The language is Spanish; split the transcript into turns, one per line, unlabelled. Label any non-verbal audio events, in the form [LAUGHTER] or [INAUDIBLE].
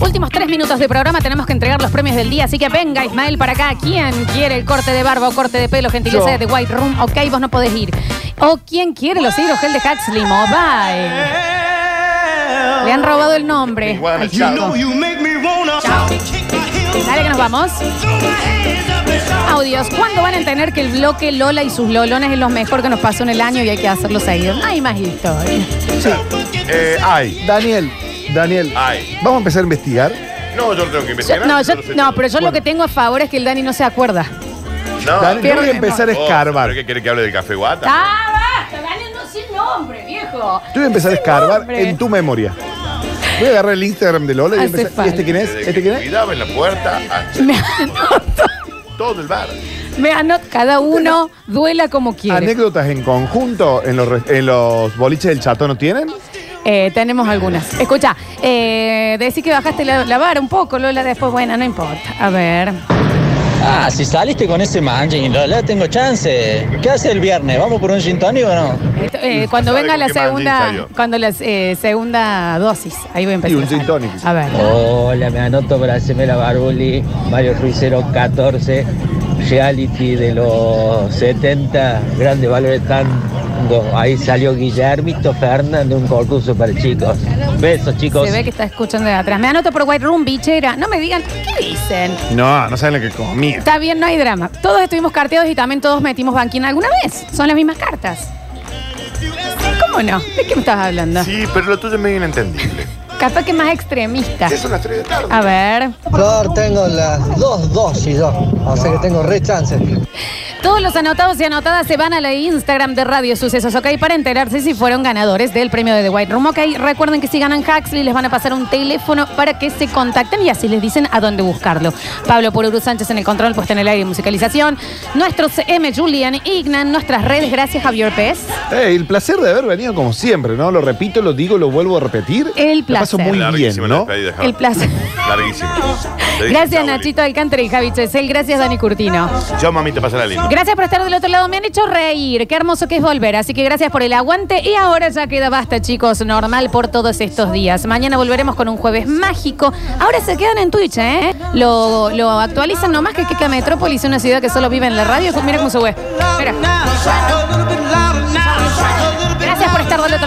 últimos tres minutos de programa tenemos que entregar los premios del día, así que venga Ismael para acá. ¿Quién quiere el corte de barba o corte de pelo, gentileza
Yo.
de White Room? Ok, vos no podés ir. ¿O quién quiere los hidros gel de Huxley Mobile? Le han robado el nombre.
Igual,
Ay,
chao.
chico. Dale que nos vamos. Audios, ¿cuándo van a entender que el bloque Lola y sus Lolones es lo mejor que nos pasó en el año y hay que hacerlo seguido? No hay más historia.
Eh, ay,
Daniel, Daniel,
ay.
vamos a empezar a investigar.
No, yo lo tengo que
Yo-
investigar.
no, yo-
lo sé
no,
todo.
pero yo lo que tengo a favor es que el Dani no se acuerda.
No.
Daniel, yo voy a
pierde,
empezar a
Oh,
escarbar.
¿Pero qué quiere que hable del café guata?
¡Ah, basta! Daniel no sin nombre, viejo.
Yo voy a empezar a escarbar en tu memoria. Voy a agarrar el Instagram de Lola y
Hace
empezar.
falta.
¿Y
[LAUGHS]
este quién es?
Desde
¿Este
que
quién es?
cuidaba en la puerta a
Me anoto,
todo el bar.
me anoto. Cada uno duela como quiere.
¿Anécdotas en conjunto en los, re- en los boliches del chato no tienen?
Eh, tenemos algunas. Escucha, eh, decís que bajaste la, la vara un poco, Lola, después, bueno, no importa. A ver.
Ah, si saliste con ese manji, Lola, tengo chance. ¿Qué hace el viernes? ¿Vamos por un gin tonic o no?
Esto, eh, cuando
sabe
venga
con
la
qué mandil
segunda,
salió.
cuando la eh, segunda dosis, ahí voy a empezar.
Y un gin
a-
tonic.
A ver.
Hola, me anoto para hacerme la barbuli. Mario Ruizero 14, reality de los 70, grandes valores tango. Ahí salió Guillermito Fernández, un concurso para chicos. Besos, chicos.
Se ve que está escuchando de atrás. Me anoto por White Room, bichera. No me digan, ¿qué dicen?
No, no saben lo que comía.
Está bien, no hay drama. Todos estuvimos carteados y también todos metimos banquina alguna vez. Son las mismas cartas. ¿Cómo no? ¿De qué me estás hablando?
Sí, pero lo tuyo es medio [LAUGHS] inentendible.
Capaz que más extremista.
Sí, son las 3 de la tarde.
A ver.
Flor, tengo las dos dosis yo, o sea que tengo re chances.
Todos los anotados y anotadas se van a la Instagram de Radio Sucesos, ¿ok? Para enterarse si fueron ganadores del premio de The White Room, ¿ok? Recuerden que si ganan Huxley les van a pasar un teléfono para que se contacten y así les dicen a dónde buscarlo. Pablo Pururu Sánchez en el control, puesta en el aire y musicalización. Nuestro CM Julian Ignan, nuestras redes, gracias Javier Pérez.
Ey, Eh, el placer de haber venido como siempre, ¿no? Lo repito, lo digo, lo vuelvo a repetir.
El
La paso
placer.
muy bien,
Larguísima la
¿no?
despedida, Javi.
El placer.
Larguísima. Te dije,
Gracias
chao,
Nachito Alcántara y Javi Chesel, gracias Dani Curtino.
Lili. Chao, mamita, pasa la línea.
Gracias por estar del otro lado. Me han hecho reír. Qué hermoso que es volver. Así que gracias por el aguante. Y ahora ya queda basta, chicos. Normal por todos estos días. Mañana volveremos con un jueves mágico. Ahora se quedan en Twitch, ¿eh? Lo, lo actualizan nomás que queda Metrópolis, una ciudad que solo vive en la radio. Mira cómo se ve. Mira. Gracias por estar del otro